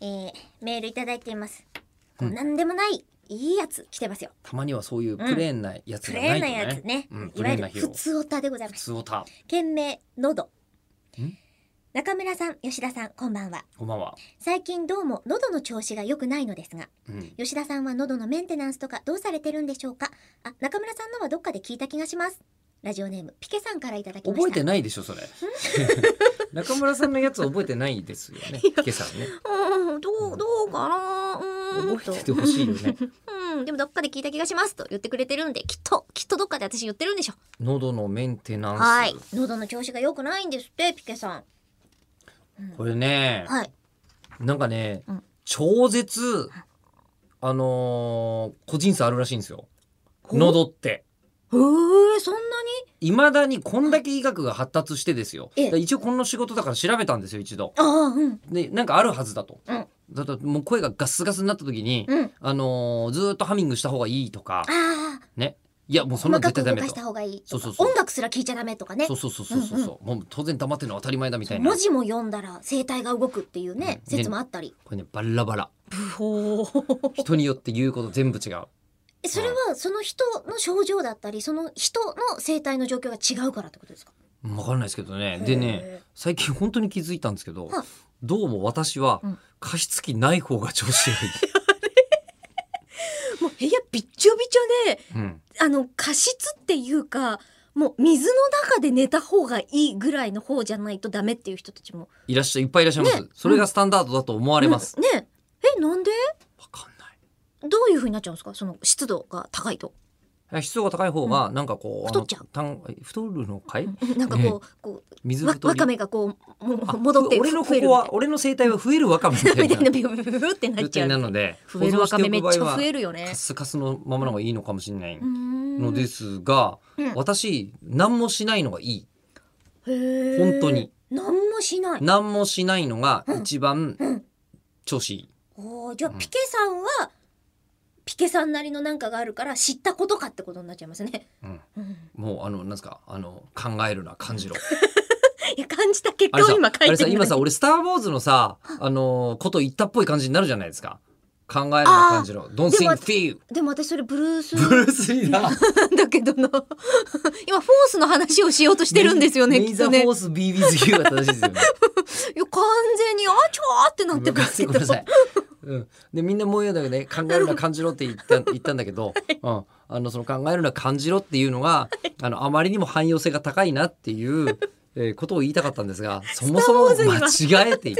えーメールいただいています。こうなんでもないいいやつ来てますよ。たまにはそういうプレーンなやつプがレなーいンなとね。やつね。うんいわゆプレーンるな日普を通オタでございます。つおた。件名喉ん。中村さん、吉田さん、こんばんは。こんばんは。最近どうも喉の調子が良くないのですが、うん。吉田さんは喉のメンテナンスとかどうされてるんでしょうかあ、中村さんのはどっかで聞いた気がします。ラジオネーム、ピケさんからいただきました。覚えてないでしょそれ。 中村さんのやつ覚えてないですよね。今朝ね。うん、どう、どうかなうーんと覚えててほしい よね。うん、でもどっかで聞いた気がしますと言ってくれてるんで、きっと、きっとどっかで私言ってるんでしょ。喉のメンテナンス。はい。喉の調子が良くないんですって、ピケさん。これね、はい。なんかね、うん超絶あのー個人差あるらしいんですよ。喉って。へえ、そんないまだにこんだけ医学が発達してですよ。ええだから一応この仕事だから調べたんですよ一度。にああ、うん。でなんかあるはずだと。うんだともう声がガスガスになった時に、うん。あのーずーっとハミングした方がいいとかああ、ね。いやもうそんな細かの絶く対ダ動メかしたと。方がいいとか。そうそうそう音楽すら聞いちゃダメとかねそう。そうそうそうそうそう、もう当然黙ってるのは当たり前だみたいな。文字も読んだら声帯が動くっていうね、うん説もあったり。これねバラバラ。ブホー。人によって言うこと全部違う。えそれはその人の症状だったりその人の生態の状況が違うからってことですかわかんないですけどね。でね、へ最近本当に気づいたんですけどはい、どうも私はうん加湿器ない方が調子がい えもう部屋びっちょびちょでい。うん。あの加湿っていうかもう水の中で寝た方がいいぐらいの方じゃないとダメっていう人たちもいらっしゃい、いっぱいいらっしゃいまねす。それがスタンダードだと思われます。ねねえなんでわかんないどういう風になっちゃうんですかその湿度が高いと。え湿度が高い方が、なんかこう、あの太っちゃうたん太るのかいうんなんかこう,、こう水わ太り。わかめがこうもあ戻って俺の増こえるこは、俺の生態は増えるわかめみたい な。みたいなみたいなビュービュービュービューってなっ状ちゃ態なう。 ので、増えるわかめめっちゃ増える。るよねカ。スカスのままの方がいいのかもしれないののですが、うん私、何もしないのがいい。本本当に何もしない何もしないのが一番うん調子いい。おーじゃあうんピケさんは、ピケさんなりのなんかがあるから知ったことかってことになっちゃいますね、うんうんもうあのなんですかあの考えるな感じろ。いや感じた結あれ果をさ今あ書れいてさる今さ俺スター・ウォーズのさあのーこと言ったっぽい感じになるじゃないですか。考えるな感じろ。Don't でも think feel。でも私それブルースブルース・リーだ。なんだけどな 今フォースの話をしようとしてるんですよねメきイっザとー・ねいフォやース・ BB ズ U が正しいですよね。完全にあちょーってなってますけごどめんなさい。うん、でみんなもう言うんだけどね考えるな感じろって言った言ったんだ けど、うん、あのその考えるな感じろっていうのがあのあまりにも汎用 性が高いなっていう、えーことを言いたかったんですがそもそもスターウォーズには間違えてい